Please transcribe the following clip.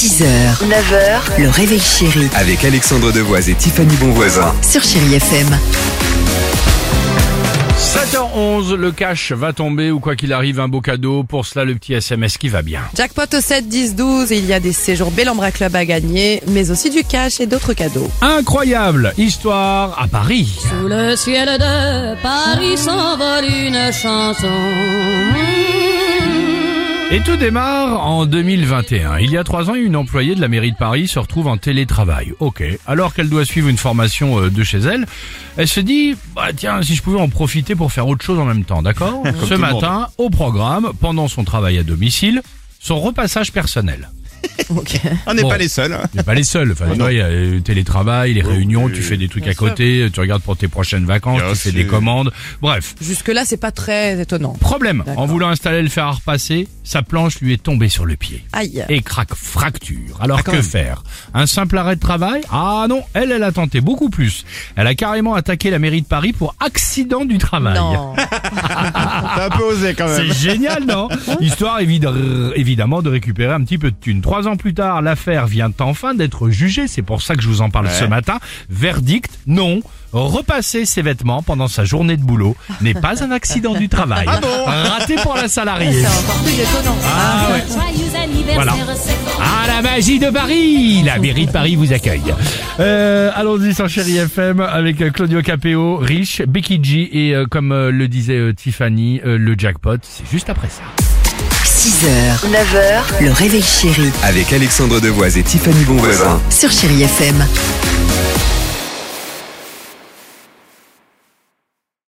6h, 9h, le réveil chéri Avec Alexandre Devoise et Tiffany Bonvoisin. sur Chérie FM. 7h11, le cash va tomber ou quoi qu'il arrive, un beau cadeau. Pour cela, le petit SMS qui va bien. Jackpot au 7, 10, 12. Il y a des séjours Bellambra Club à gagner, mais aussi du cash et d'autres cadeaux. Incroyable histoire à Paris. Sous le ciel de Paris s'envole une chanson. Et tout démarre en 2021. Il y a trois ans, une employée de la mairie de Paris se retrouve en télétravail. Ok. Alors qu'elle doit suivre une formation euh, de chez elle, elle se dit, bah tiens, si je pouvais en profiter pour faire autre chose en même temps, d'accord Ce matin, au programme, pendant son travail à domicile, son repassage personnel. Ok. On n'est Bon. pas les seuls. hein. Mais pas les seuls. Enfin, tu vois, il y a le télétravail, les réunions, tu fais des trucs à côté, tu regardes pour tes prochaines vacances, Bien tu fais sûr. des commandes. Bref. Jusque-là, c'est pas très étonnant. Problème. En D'accord. voulant installer le fer à repasser, sa planche lui est tombée sur le pied. Aïe. Ah, Et craque, fracture. Alors que faire Un simple arrêt de travail Ah non, elle, elle a tenté beaucoup plus. Elle a carrément attaqué la mairie de Paris pour accident du travail. Non. T'as un peu osé quand même. C'est génial, non Histoire évid- évidemment de récupérer un petit peu de thunes. Trois ans plus tard, l'affaire vient enfin d'être jugée. C'est pour ça que je vous en parle ce matin. Verdict non. Repasser ses vêtements pendant sa journée de boulot n'est pas un accident du travail. Raté pour la salariée. C'est encore plus étonnant. Ah ouais. Joyeux anniversaire, Voilà. c'est bon. Ah, la magie de Paris La mairie de Paris vous accueille. Euh, Allons-y sur Chéri FM avec euh, Claudio Capéo, Rich, Becky G et euh, comme euh, le disait euh, Tiffany, euh, le jackpot, c'est juste après ça. 6h, 9h, le réveil chéri Avec Alexandre Devoise et Tiffany Bonvoisin. sur Chérie FM.